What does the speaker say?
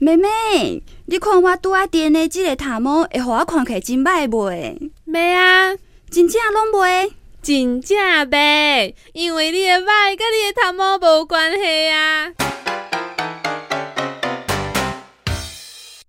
妹妹，你看我拄啊垫的即个头毛，会互我看起来真歹袂？袂啊，真正拢袂？真正袂，因为你的歹甲你的头毛无关系啊。